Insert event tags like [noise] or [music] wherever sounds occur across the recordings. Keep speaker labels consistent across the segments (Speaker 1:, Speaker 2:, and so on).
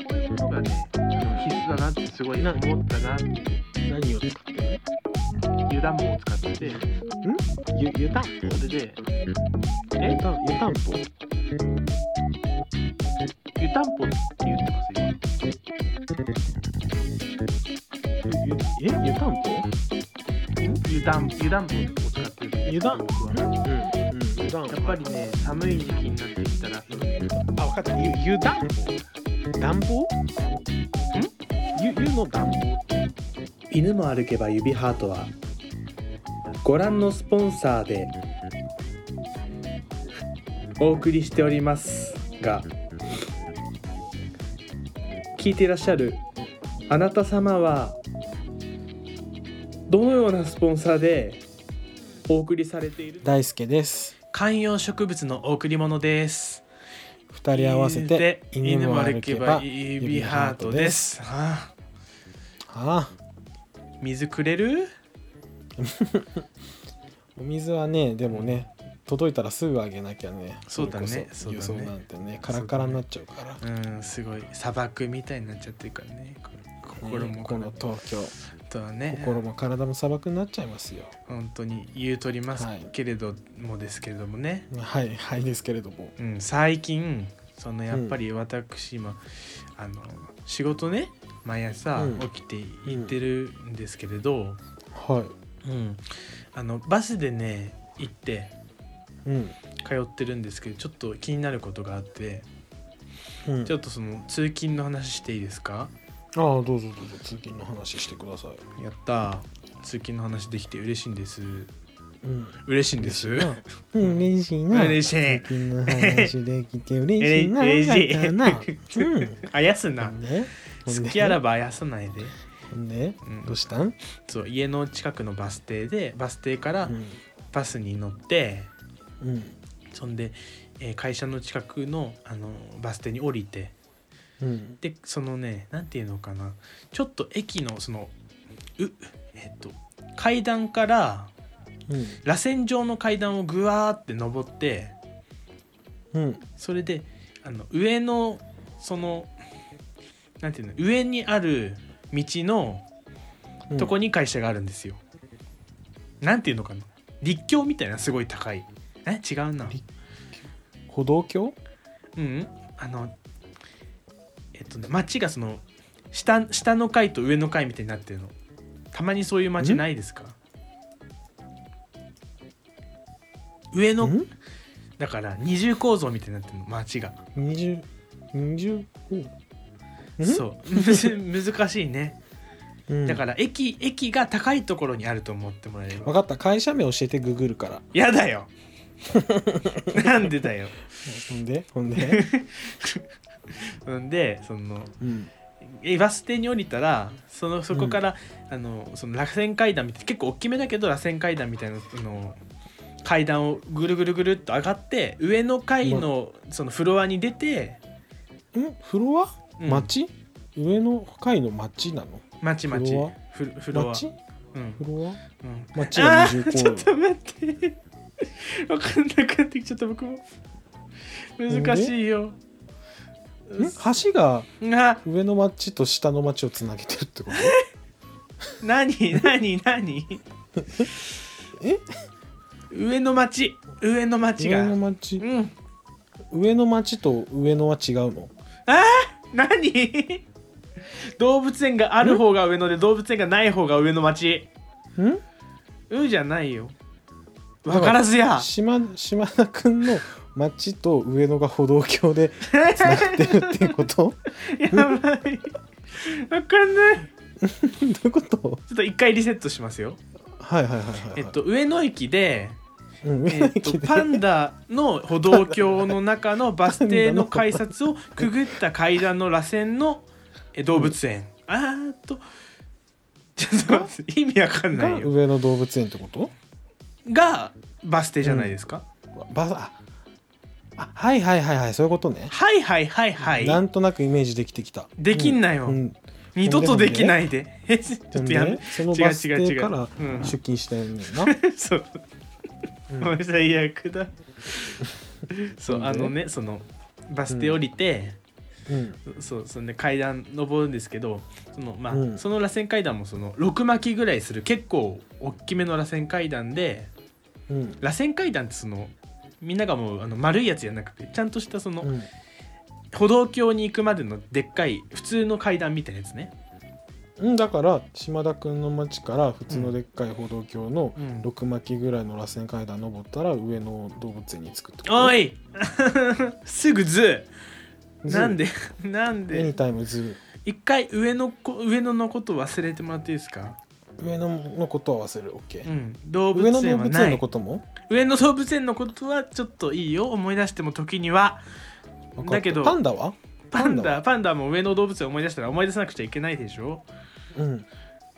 Speaker 1: に必須だなってすごい思ったな
Speaker 2: 何を使ってる
Speaker 1: 湯たんぽを使ってて
Speaker 2: ゆ湯たんぽ
Speaker 1: それで
Speaker 2: 湯たん湯たんぽ
Speaker 1: 湯たんぽって言ってます今
Speaker 2: ゆえ湯たんぽ
Speaker 1: 湯たん湯たんぽを使ってる
Speaker 2: 湯たん
Speaker 1: 僕は
Speaker 2: うんうん湯たん
Speaker 1: やっぱりね寒い時期になってきたら
Speaker 2: あ分かったゆ湯たんぽ暖房ゆ湯の暖房
Speaker 3: 犬も歩けば指ハートはご覧のスポンサーでお送りしておりますが聞いていらっしゃるあなた様はどのようなスポンサーでお送りされている
Speaker 4: 大輔です
Speaker 3: 観葉植物の贈り物です
Speaker 4: 二人合わせて犬も歩けば
Speaker 3: 指
Speaker 4: 指
Speaker 3: ハ
Speaker 4: ハ
Speaker 3: ー
Speaker 4: ー
Speaker 3: ト
Speaker 4: ト
Speaker 3: で
Speaker 4: ですす
Speaker 3: あ
Speaker 4: ああ
Speaker 3: 水くれる
Speaker 4: お水はねでもね届いたらすぐあげなきゃね
Speaker 1: そうだね
Speaker 4: れこ
Speaker 1: そうだね
Speaker 4: 輸送なんてねカラカラになっちゃうから
Speaker 1: うんすごい砂漠みたいになっちゃってるからねこれ心
Speaker 4: ね
Speaker 1: も
Speaker 4: この東京
Speaker 1: とはね
Speaker 4: 心も体も砂漠になっちゃいますよ
Speaker 1: 本当に言うとります
Speaker 4: はい
Speaker 1: けれどもですけれどもね、
Speaker 4: はいはいですけれども
Speaker 1: うん、最近そのやっぱり私今、あの仕事ね毎朝
Speaker 4: うん
Speaker 1: 起きて行ってるんですけれど、
Speaker 4: は
Speaker 1: うんあのバスでね行って
Speaker 4: いうん
Speaker 1: 通ってるんですけどちょっと気になることがあって
Speaker 4: うん
Speaker 1: ちょっとその通勤の話していいですか
Speaker 4: ああどうぞどうぞ通勤の話してください
Speaker 1: やった通勤の話できて嬉しいんです
Speaker 4: うん
Speaker 1: 嬉しいんです
Speaker 4: うん嬉しいな
Speaker 1: 嬉しい
Speaker 4: 通勤の話できて嬉しいな
Speaker 1: 嬉しい
Speaker 4: よかったなうん
Speaker 1: あやす
Speaker 4: ほ
Speaker 1: なん
Speaker 4: でほんで
Speaker 1: 好きあらばあやさないで、
Speaker 4: ほんで
Speaker 1: うん
Speaker 4: どうしたん
Speaker 1: そう家の近くのバス停でバス停から
Speaker 4: うん
Speaker 1: バスに乗って、
Speaker 4: うん
Speaker 1: そんで、えー会社の近くの、あのバス停に降りて
Speaker 4: うん
Speaker 1: でそのねなんていうのかなちょっと駅のそのうえっと階段から
Speaker 4: うん
Speaker 1: 螺旋状の階段をぐわーって登って
Speaker 4: うん
Speaker 1: それであの上のそのなんていうの上にある道の
Speaker 4: うん
Speaker 1: とこに会社があるんですよ。なんていうのかな立教みたいなすごい高いえ違うな
Speaker 4: 立歩道橋
Speaker 1: うんあのえっとね町がその下下の階と上の階みたいになってるのたまにそういう町ないですか上の
Speaker 4: ん
Speaker 1: だから二重構造みたいになってるの町が
Speaker 4: 二十二十
Speaker 1: そう [laughs] むず難しいね
Speaker 4: うん
Speaker 1: だから駅駅が高いところにあると思ってもらえれば
Speaker 4: 分かった会社名教えてググるから
Speaker 1: やだよ [laughs] なんでだよ
Speaker 4: ほんでほんで [laughs]
Speaker 1: んでその
Speaker 4: うん
Speaker 1: えバス停に降りたらそのそこから、あのその螺旋階段みたいな結構大きめだけど螺旋階段みたいなあの階段をぐるぐるぐるっと上がって上の階のそのフロアに出て、
Speaker 4: んフロア
Speaker 1: うん
Speaker 4: 町、上の階の町なの
Speaker 1: 町町
Speaker 4: フロ
Speaker 1: フロフロア
Speaker 4: 町
Speaker 1: うん
Speaker 4: フロ
Speaker 1: うん、
Speaker 4: ア町
Speaker 1: あ
Speaker 4: が
Speaker 1: あ
Speaker 4: 二重
Speaker 1: ー
Speaker 4: 構
Speaker 1: ちょっと待って [laughs] 分かんなくなってきちゃった僕も難しいよ
Speaker 4: 橋が
Speaker 1: あ
Speaker 4: 上の町と下の町をつなげてるってこ
Speaker 1: [laughs] 何何何
Speaker 4: え
Speaker 1: 上の町上の
Speaker 4: と
Speaker 1: 町
Speaker 4: 上
Speaker 1: が
Speaker 4: の町
Speaker 1: うん
Speaker 4: 上の町と上野は違うの
Speaker 1: 何動物園がある方が上野で動物園がない方が上の町
Speaker 4: ん
Speaker 1: うじゃないよ
Speaker 4: だから
Speaker 1: 分からずや
Speaker 4: 島島田君の町と上野が歩道橋で [laughs] つながってるっていうこと
Speaker 1: [laughs] やばい分かんないち
Speaker 4: どういうこと
Speaker 1: ょっと一回リセットしますよ
Speaker 4: はいはいはいはいはい、
Speaker 1: えっと上野駅で
Speaker 4: うん、上
Speaker 1: え
Speaker 4: 野
Speaker 1: っと
Speaker 4: 駅 [laughs] で
Speaker 1: パンダの歩道橋の中のバス停の改札をくぐった階段の螺旋のえ動物園あーっと [laughs] ちょっと待って意味わかんな
Speaker 4: が
Speaker 1: いよ
Speaker 4: 上野動物園ってこと
Speaker 1: がバス停じゃないですか、
Speaker 4: バああはいはいはいはいそういうことね、
Speaker 1: はいはいはいはい
Speaker 4: なんとなくイメージできてきた
Speaker 1: できんなよ
Speaker 4: うん
Speaker 1: 二度とできないで。え [laughs] ち
Speaker 4: で
Speaker 1: ょっ
Speaker 4: も
Speaker 1: とや
Speaker 4: ね
Speaker 1: め。
Speaker 4: その
Speaker 1: 違う
Speaker 4: バス
Speaker 1: 違う
Speaker 4: 停
Speaker 1: 違う
Speaker 4: から
Speaker 1: うん [laughs]
Speaker 4: 出勤したんねんな、
Speaker 1: そう。
Speaker 4: うん
Speaker 1: もう
Speaker 4: [laughs]
Speaker 1: 最悪だ。そう、
Speaker 4: なん
Speaker 1: あ
Speaker 4: で
Speaker 1: のね、その、バス停降りて、
Speaker 4: うん
Speaker 1: そうそんで階段登るんですけどその,、まあ
Speaker 4: うん
Speaker 1: その螺旋階段もその6巻きぐらいする結構大きめの螺旋階段で
Speaker 4: うん
Speaker 1: 螺旋階段ってそのみんながもうあの丸いやつじゃなくてちゃんとしたその
Speaker 4: うん
Speaker 1: 歩道橋に行くまでのでっかい普通の階段みたいなやつね。
Speaker 4: うん、だから島田君の町から普通のでっかい歩道橋の
Speaker 1: うん
Speaker 4: 6巻きぐらいの螺旋階段登ったら上の動物園に着くってこと
Speaker 1: おい [laughs] すぐズー
Speaker 4: ズー
Speaker 1: なんでなん
Speaker 4: エニ
Speaker 1: で
Speaker 4: タイムズ
Speaker 1: 一回上のこ上野のこと忘れてもらっていいですか、
Speaker 4: ー上野のことは忘れる OK
Speaker 1: う、ん、動物
Speaker 4: 上野
Speaker 1: 園
Speaker 4: 動
Speaker 1: は
Speaker 4: 物園
Speaker 1: な
Speaker 4: の
Speaker 1: い
Speaker 4: ことも
Speaker 1: 上野動物園のことはちょっといいよ思い出しても時には
Speaker 4: 分かった
Speaker 1: だけど
Speaker 4: パンダは
Speaker 1: パン
Speaker 4: パンダ
Speaker 1: ダパンダも上野動物園思い出したら思い出さなくちゃいけないでしょ
Speaker 4: うん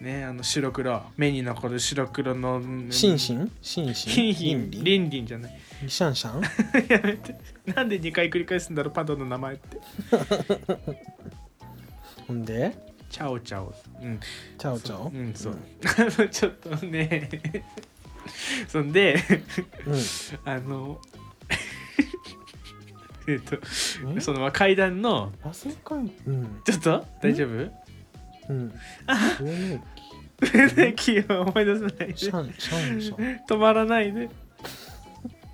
Speaker 1: ねあの白黒目に残る白黒の
Speaker 4: シンシンシンシン
Speaker 1: ヒンヒン
Speaker 4: リンリ
Speaker 1: リンリンじゃない [laughs]
Speaker 4: ンシャンシャン
Speaker 1: やめてなんで2回繰り返すんだろうパンダの名前って
Speaker 4: ほんで
Speaker 1: チャオチャオうん
Speaker 4: チャオチャオ
Speaker 1: うんそう、 [laughs] ちょっとね [laughs] そんで
Speaker 4: う
Speaker 1: あの [laughs] えっと
Speaker 4: んえ
Speaker 1: そのまあ階段の
Speaker 4: 螺旋階うん
Speaker 1: ちょっと大丈夫
Speaker 4: うん上野
Speaker 1: 上野駅は思い出さないで
Speaker 4: シャンシャンシャン
Speaker 1: 止まらないで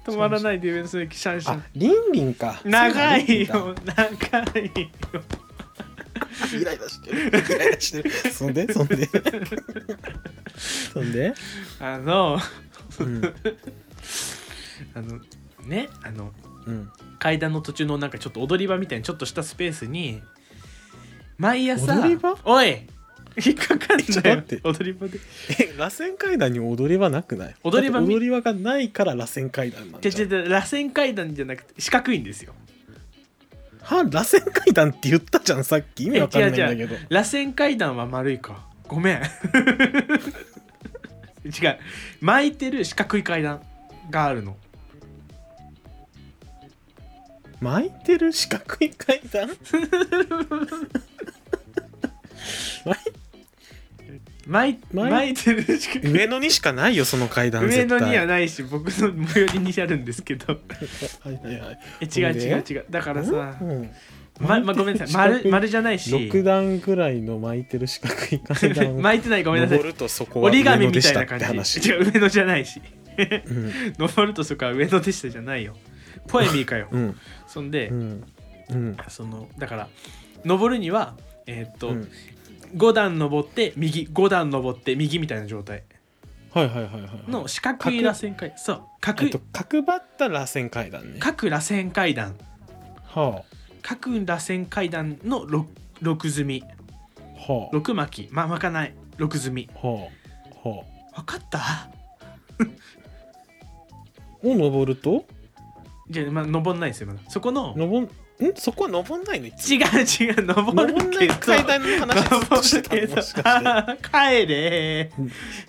Speaker 1: 止まらないで上野駅シャンシャ
Speaker 4: あ
Speaker 1: ン
Speaker 4: リンリンか
Speaker 1: 長い
Speaker 4: そう
Speaker 1: よ長いよ
Speaker 4: だリンリンだイライラしてるイライラしてるそん [laughs] でそんでそんで
Speaker 1: あの
Speaker 4: うん
Speaker 1: あのねあの
Speaker 4: うん
Speaker 1: 階段の途中のなんかちょっと踊り場みたいなちょっとしたスペースに毎朝
Speaker 4: 踊り場
Speaker 1: おい引っかかん
Speaker 4: えちょっ
Speaker 1: な
Speaker 4: と
Speaker 1: よ
Speaker 4: 待って
Speaker 1: 踊り場で
Speaker 4: え螺旋階段に踊り場なくない
Speaker 1: 踊り場
Speaker 4: だ
Speaker 1: み
Speaker 4: って踊り場がないから螺旋階段なん
Speaker 1: じ
Speaker 4: じ
Speaker 1: ゃ
Speaker 4: ゃ
Speaker 1: じゃ
Speaker 4: ん
Speaker 1: じゃ螺旋階段じゃなくて四角いんですよ
Speaker 4: は螺旋階段って言ったじゃんさっき意味わかんないんだ
Speaker 1: え違
Speaker 4: け
Speaker 1: う
Speaker 4: ど
Speaker 1: 螺旋階段は丸いかごめん [laughs] 違う巻いてる四角い階段があるの
Speaker 4: 巻いてる四角い階
Speaker 1: [laughs]
Speaker 4: 段巻い
Speaker 1: 巻い
Speaker 4: 巻い
Speaker 1: 巻いてる四角い
Speaker 4: 上野にしかないよその階 [laughs] 段
Speaker 1: 上
Speaker 4: 絶対
Speaker 1: 野にはないし僕の最寄りにあるんですけど
Speaker 4: はいはいはい
Speaker 1: え違う
Speaker 4: で
Speaker 1: 違う違うだからさ
Speaker 4: うん
Speaker 1: ま、ま、ごめんなさい
Speaker 4: 巻いてる四角
Speaker 1: 丸丸じゃないし
Speaker 4: 6段ぐらいの巻いてる四角い
Speaker 1: [laughs]
Speaker 4: 階段
Speaker 1: 巻いてないごめんなさい
Speaker 4: 登るとそこは
Speaker 1: 折り紙
Speaker 4: 上野
Speaker 1: み
Speaker 4: で
Speaker 1: たい
Speaker 4: した
Speaker 1: な
Speaker 4: って
Speaker 1: 感じ
Speaker 4: 話
Speaker 1: 違う上野じゃないし
Speaker 4: うん
Speaker 1: 登るとそこは上野でしたじゃないよポエミーかよ
Speaker 4: うん
Speaker 1: そんで、
Speaker 4: うんうん
Speaker 1: そのだから登るにはえーっと、
Speaker 4: うん
Speaker 1: 5段登って右5段登って右みたいな状態
Speaker 4: はいはいはいはいはい
Speaker 1: の四角い
Speaker 4: 角
Speaker 1: 螺旋階そう角,、
Speaker 4: えっと角張った螺旋階段ね
Speaker 1: 各螺旋階段
Speaker 4: は
Speaker 1: 各螺旋階段の 6, 六積み
Speaker 4: あは
Speaker 1: 6巻きまあ巻かない6積み
Speaker 4: あはあは
Speaker 1: 分かった
Speaker 4: あを登ると
Speaker 1: じゃあ、まあ、登んないですよまだそこの
Speaker 4: 登んんそこは登んないのいつ
Speaker 1: 違う違う登るけど
Speaker 4: 階段の話ずっとしてた
Speaker 1: 登るけ
Speaker 4: の
Speaker 1: ど
Speaker 4: もし
Speaker 1: [laughs]
Speaker 4: か
Speaker 1: 帰れ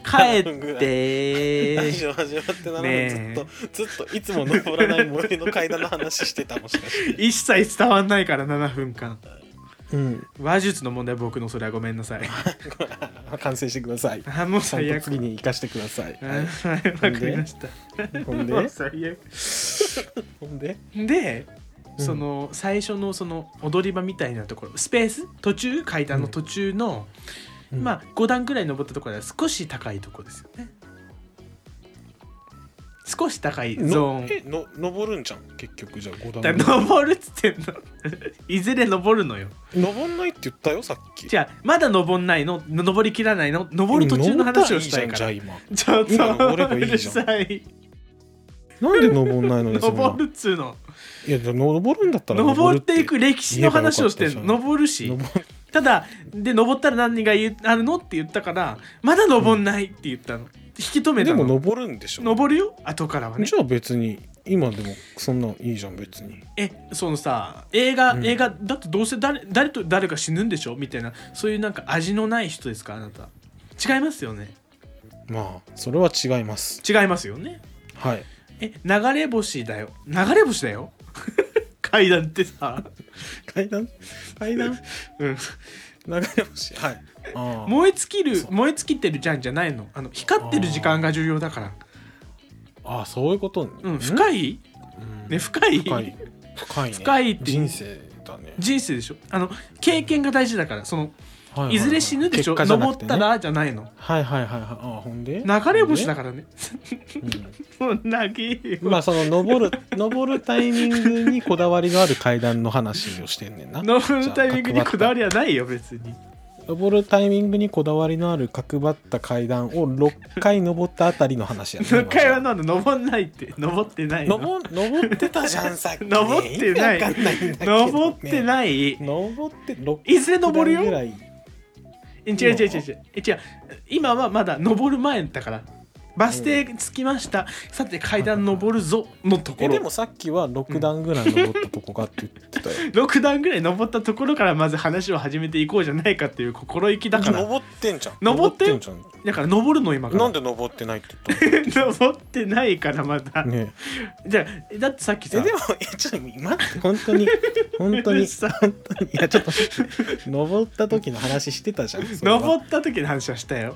Speaker 1: 帰って
Speaker 4: して始まってなのにず
Speaker 1: ねえ
Speaker 4: っとずっといつも登らない森の階段の話してたもしかして
Speaker 1: 一切伝わんないから7分間
Speaker 4: うん
Speaker 1: 話術の問題は僕のそれはごめんな
Speaker 4: [laughs]
Speaker 1: さい
Speaker 4: 完成してください
Speaker 1: あもう
Speaker 4: ちゃん
Speaker 1: 最
Speaker 4: と
Speaker 1: 悪
Speaker 4: 次に生かしてください
Speaker 1: はいわかりました
Speaker 4: ほ [laughs] ん
Speaker 1: もう
Speaker 4: で
Speaker 1: 最悪
Speaker 4: ほんで
Speaker 1: で
Speaker 4: うん
Speaker 1: その最初のその踊り場みたいなところスペース途中階段の途中の、
Speaker 4: うん
Speaker 1: まあ5段くらい登ったところでは少し高いところですよね少し高いゾー
Speaker 4: の
Speaker 1: ン
Speaker 4: えの登るんじゃん結局じゃあ5
Speaker 1: だ
Speaker 4: 段
Speaker 1: 登るっつってんの [laughs] いずれ登るのよ
Speaker 4: 登んないって言ったよさっき
Speaker 1: じゃあまだ登んないの登りきらないの登る途中の話をしたいから
Speaker 4: 登ったらいい
Speaker 1: ちょっ
Speaker 4: 今
Speaker 1: と
Speaker 4: 登れ
Speaker 1: う
Speaker 4: ばい
Speaker 1: る
Speaker 4: いじゃん
Speaker 1: さい
Speaker 4: じゃん今なんで登んないのにそんな
Speaker 1: 登るっつうの
Speaker 4: いやじゃあ登るんだったら
Speaker 1: 登ってい
Speaker 4: る
Speaker 1: く歴史の話をしてんの
Speaker 4: 言えばよかったじゃん
Speaker 1: 登るし
Speaker 4: 登る
Speaker 1: ただで登ったら何が言うあるのって言ったからまだ登んないって言ったの、引き止め
Speaker 4: で
Speaker 1: た
Speaker 4: も
Speaker 1: の
Speaker 4: 登るんでしょ
Speaker 1: 登るよ後からはね
Speaker 4: じゃあ別に今でもそんなんいいじゃん別に
Speaker 1: えそのさ映画、
Speaker 4: うん
Speaker 1: 映画だってどうせ誰誰と誰か死ぬんでしょみたいなそういうなんか味のない人ですかあなた違いますよね
Speaker 4: まあそれは違います
Speaker 1: 違いますよね
Speaker 4: はい
Speaker 1: え流れ星だよ流れ星だよ [laughs] 階段ってさ、
Speaker 4: 階段階 [laughs] 段
Speaker 1: うん、
Speaker 4: 流れ星はいあ
Speaker 1: 燃え尽きる
Speaker 4: そう
Speaker 1: 燃え尽きてるじゃんじゃないのあの光ってる時間が重要だから
Speaker 4: ああそういうことね
Speaker 1: うん深い
Speaker 4: うん
Speaker 1: ね深い
Speaker 4: 深い深いね
Speaker 1: 深いって
Speaker 4: 人生だね。
Speaker 1: 人生でしょあの経験が大事だからその
Speaker 4: はい
Speaker 1: ずれ死ぬでしょ、
Speaker 4: 結果じゃな
Speaker 1: 登っ
Speaker 4: くてね
Speaker 1: た。らじゃないの
Speaker 4: はいはいはいはい。あほんで
Speaker 1: 流れ星だからね
Speaker 4: う
Speaker 1: もう長 [laughs] い
Speaker 4: んまあその
Speaker 1: [laughs]
Speaker 4: 登る、登るタイミングにこだわりがある階段の話をしてんねんな。
Speaker 1: 登るタイミングにこだわりはないよ別に
Speaker 4: 登るタイミングにこだわりのある角張った階段を6回登ったあたりの話やね。
Speaker 1: 向かいはなんだ登んないって登ってないの
Speaker 4: 登登ってたじゃんさっ
Speaker 1: [laughs]
Speaker 4: き、
Speaker 1: 登ってない
Speaker 4: 意味わかんないんだけどね
Speaker 1: 登ってない
Speaker 4: 登って6
Speaker 1: いずれ登るよ
Speaker 4: ぐらい
Speaker 1: え違う違う違う違うえ違う今はまだ登る前だからバス停着きました、さて階段登るぞのとこ
Speaker 4: え
Speaker 1: ろ
Speaker 4: でもさっきは6段ぐらい登ったとこかって言ってたよ、
Speaker 1: 6段ぐらい登ったところからまず話を始めていこうじゃないかっていう心意気だから
Speaker 4: 登ってんじゃん
Speaker 1: 登って
Speaker 4: じゃん
Speaker 1: だから登るの今から
Speaker 4: なんで登ってないって言っ
Speaker 1: [laughs] 登ってないからまだ、
Speaker 4: たのね
Speaker 1: じゃあだってさっき
Speaker 4: ええ
Speaker 1: さ
Speaker 4: でもいやちょっと待って本当に本当
Speaker 1: [laughs]
Speaker 4: に
Speaker 1: さ
Speaker 4: 本当にいやちょっと登った時の話してたじゃんそれは
Speaker 1: 登った時の話はしたよ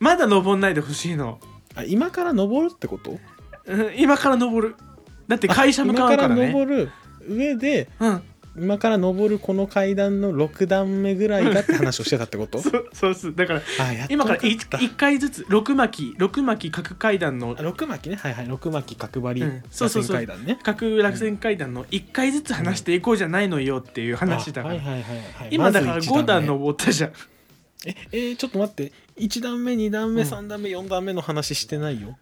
Speaker 1: まだ登んないでほしいの
Speaker 4: あ今から登るってこと
Speaker 1: うん今から登るだって会社向かうから
Speaker 4: 今から
Speaker 1: ね
Speaker 4: 登る上で
Speaker 1: うん
Speaker 4: 今から登るこの階段の6段目ぐらいだって話をしてたってこ
Speaker 1: [laughs]
Speaker 4: と
Speaker 1: そうそうすだ
Speaker 4: [laughs]
Speaker 1: から
Speaker 4: あやっと
Speaker 1: 今から
Speaker 4: 分かった
Speaker 1: 1, 回ずつ6巻き6巻き各階段の
Speaker 4: あ六巻ねはいはい六巻角張り
Speaker 1: うんそうそうそう
Speaker 4: 螺旋階段ね
Speaker 1: 各落選階段の1回ずつ話していこうじゃないのよっていう話だから、
Speaker 4: あはいはいはいはい
Speaker 1: 今だから
Speaker 4: まず一
Speaker 1: 5段
Speaker 4: 目
Speaker 1: 登ったじゃん [laughs]
Speaker 4: ええーちょっと待って一段目二段
Speaker 1: う
Speaker 4: 目
Speaker 1: ん
Speaker 4: 三段目四段目の話してないよ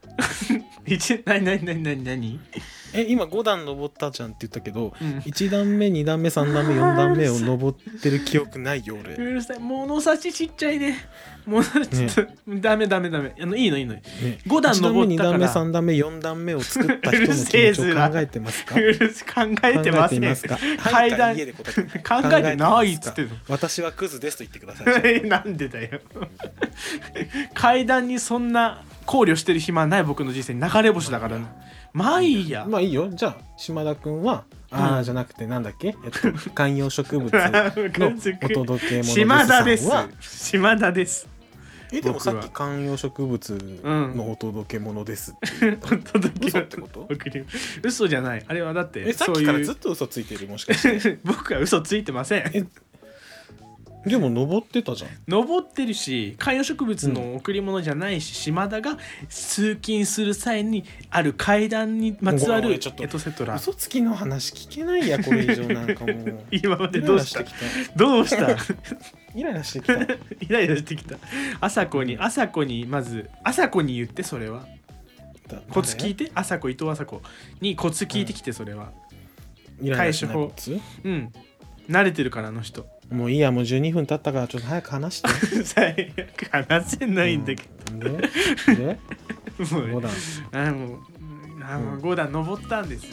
Speaker 1: 一何何何何何
Speaker 4: え今五段登ったじゃんって言ったけど
Speaker 1: うん
Speaker 4: 一段目二段目三段目四段目を登ってる記憶ないよ俺
Speaker 1: うるさい物差しちっちゃいね物差しちょっと、ダメダメダメあのいいのいいの
Speaker 4: ね
Speaker 1: 5段
Speaker 4: 一段目
Speaker 1: 登
Speaker 4: 二
Speaker 1: ったから
Speaker 4: 段目三段目四段目を作った人
Speaker 1: う
Speaker 4: の
Speaker 1: る
Speaker 4: 気
Speaker 1: せえ
Speaker 4: 持ち
Speaker 1: ず
Speaker 4: を
Speaker 1: ら
Speaker 4: 考えてますか
Speaker 1: うるさ考えてません
Speaker 4: か
Speaker 1: 階段
Speaker 4: はい家で答えて
Speaker 1: 考えてないっつってんの
Speaker 4: 私はクズですと言ってください
Speaker 1: えなんでだよ階段にそんな考慮してる暇ない僕の人生流れ星だからねまあいいや、
Speaker 4: まあいいよじゃあ島田君はあ
Speaker 1: うん
Speaker 4: あじゃなくてなんだっけ、え
Speaker 1: [laughs]
Speaker 4: っと、観葉植物の
Speaker 1: 感づく
Speaker 4: お届け物です
Speaker 1: 島田です
Speaker 4: さんは
Speaker 1: 島田です
Speaker 4: えでもさっ
Speaker 1: 僕
Speaker 4: き
Speaker 1: は
Speaker 4: 観葉植物のお届け物ですって、
Speaker 1: お届け
Speaker 4: 嘘
Speaker 1: 物
Speaker 4: ってこと
Speaker 1: 送り嘘じゃないあれはだって
Speaker 4: えさっ
Speaker 1: そう
Speaker 4: き
Speaker 1: いう
Speaker 4: からずっと嘘ついてるもしかして
Speaker 1: [laughs] 僕は嘘ついてません
Speaker 4: えでも登ってたじゃん
Speaker 1: 登ってるし観葉植物の贈り物じゃないし、島田が通勤する際にある階段にまつわ
Speaker 4: ごめ
Speaker 1: る
Speaker 4: んごめんちょっと
Speaker 1: エトセトラ
Speaker 4: 嘘つきの話聞けないやこれ以上な
Speaker 1: [laughs]
Speaker 4: んかもう
Speaker 1: 今まで
Speaker 4: イ
Speaker 1: ど
Speaker 4: ライ
Speaker 1: う
Speaker 4: ラ
Speaker 1: し
Speaker 4: したてきた
Speaker 1: どうした
Speaker 4: イライラしてきた
Speaker 1: イライラしてきた朝子に朝子にまず朝子に言ってそれはコツ聞いて朝子伊藤朝子にコツ聞いてきてそれは
Speaker 4: イライラしないコツ
Speaker 1: うん、慣れてるからあの
Speaker 4: [laughs]
Speaker 1: 人
Speaker 4: もういいやもう12分経ったからちょっと早く話して
Speaker 1: 最悪話せないんだけ
Speaker 4: ど、うん、でで
Speaker 1: ど、もう
Speaker 4: 五段
Speaker 1: あもうあもう
Speaker 4: うん
Speaker 1: 5段登ったんです、